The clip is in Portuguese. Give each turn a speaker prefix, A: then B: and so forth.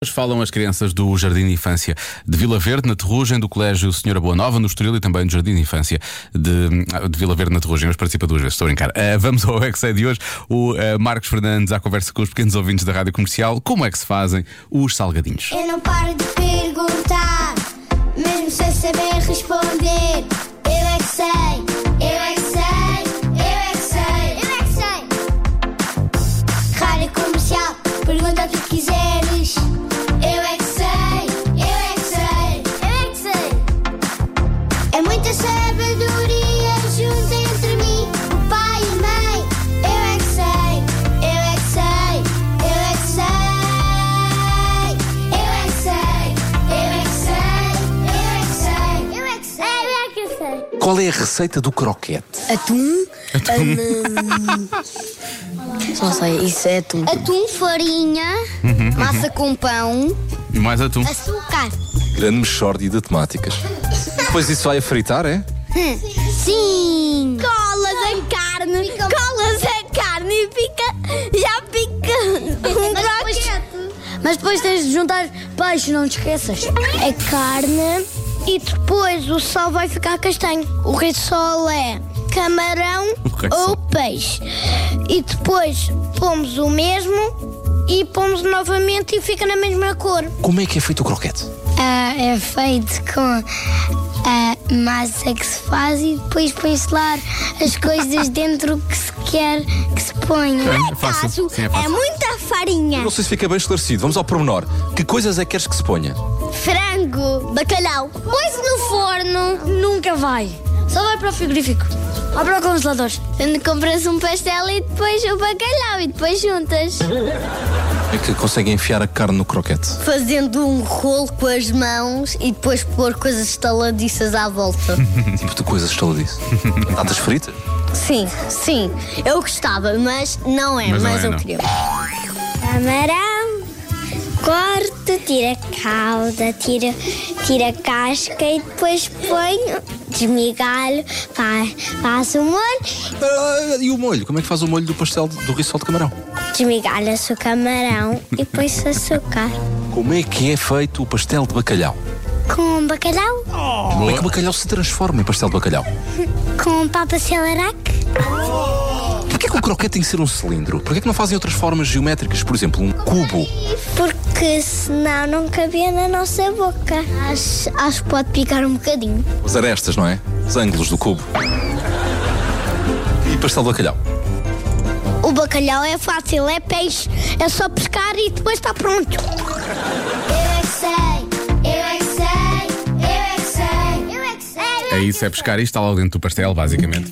A: Hoje falam as crianças do Jardim de Infância de Vila Verde, na Terrugem, do Colégio Senhora Boa Nova, no Estoril e também do Jardim de Infância de, de Vila Verde, na Terrugem. Hoje participa duas vezes, estou a brincar. Ah, vamos ao Exei de hoje. O ah, Marcos Fernandes à conversa com os pequenos ouvintes da rádio comercial. Como é que se fazem os salgadinhos?
B: Eu não paro de perguntar, mesmo sem saber responder. Eu é que sei, eu é que sei, eu é que sei, eu é que sei. Rádio comercial, pergunta o que quiseres. Eu é que sei, eu é que sei, eu é que sei. É muita sabedoria junto entre mim, o pai e a mãe. Eu é que sei, eu é que sei, eu é que sei. Eu é que sei, eu é que sei, eu é que sei. Eu é que sei, eu é que sei.
C: Qual é a receita do croquete?
D: Atum? Atum. Não sei, isso é atum.
B: Atum, farinha,
D: Massa com pão.
A: E mais atum.
B: açúcar.
C: Grande mexórdia de temáticas. Depois isso vai a fritar, é?
B: Sim! Colas a carne, colas a carne e fica. Já fica um croquete.
D: Mas depois tens de juntar peixe, não te esqueças.
B: A É carne e depois o sol vai ficar castanho. O rissol é camarão
A: O rissol.
B: ou peixe. E depois pomos o mesmo e pomos novamente e fica na mesma cor.
C: Como é que é feito o croquete?
B: Ah, é feito com a massa que se faz e depois põe-se lá as coisas dentro que se quer que se ponha.
A: É, é fácil. Sim, é fácil.
B: muita farinha.
C: Não sei se fica bem esclarecido. Vamos ao pormenor. Que coisas é que queres que se ponha?
B: Frango, bacalhau.
D: Pois no forno nunca vai. Só vai para o frigorífico. Vai para o congelador.
B: Quando compras um pastel e depois o bacalhau e depois juntas.
C: É que conseguem enfiar a carne no croquete.
D: Fazendo um rolo com as mãos e depois pôr coisas estaladiças à volta.
C: Tipo de coisas estou a dizer. Batatas fritas?
D: sim, sim. Eu gostava, mas não é.
A: Mas
D: Mas,
A: não é,
D: eu
A: não.
D: queria.
B: Camarão, corto, tira a calda, tira, tira a casca e depois ponho, desmigalho, fa- faço o molho,
C: Ah, e o molho? Como é que faz o molho do pastel de- do rissol de camarão?
B: desmigalha-se o camarão e põe-se açúcar.
C: Como é que é feito o pastel de bacalhau?
B: Com um bacalhau,
C: Como é que o bacalhau se transforma em pastel de bacalhau?
B: com um papa celarac,
C: Porquê que o croquete tem que ser um cilindro? Porquê que não fazem outras formas geométricas? Por exemplo, um cubo?
B: porque senão não cabia na nossa boca. Acho, acho que pode picar um bocadinho.
C: As arestas, não é? Os ângulos do cubo. E pastel de bacalhau.
B: O bacalhau é fácil, é peixe, é só pescar e depois está pronto. Eu é que sei, eu é que sei, eu é que sei, eu é que
A: É
B: sei.
A: isso, é pescar isto está logo dentro do pastel, basicamente.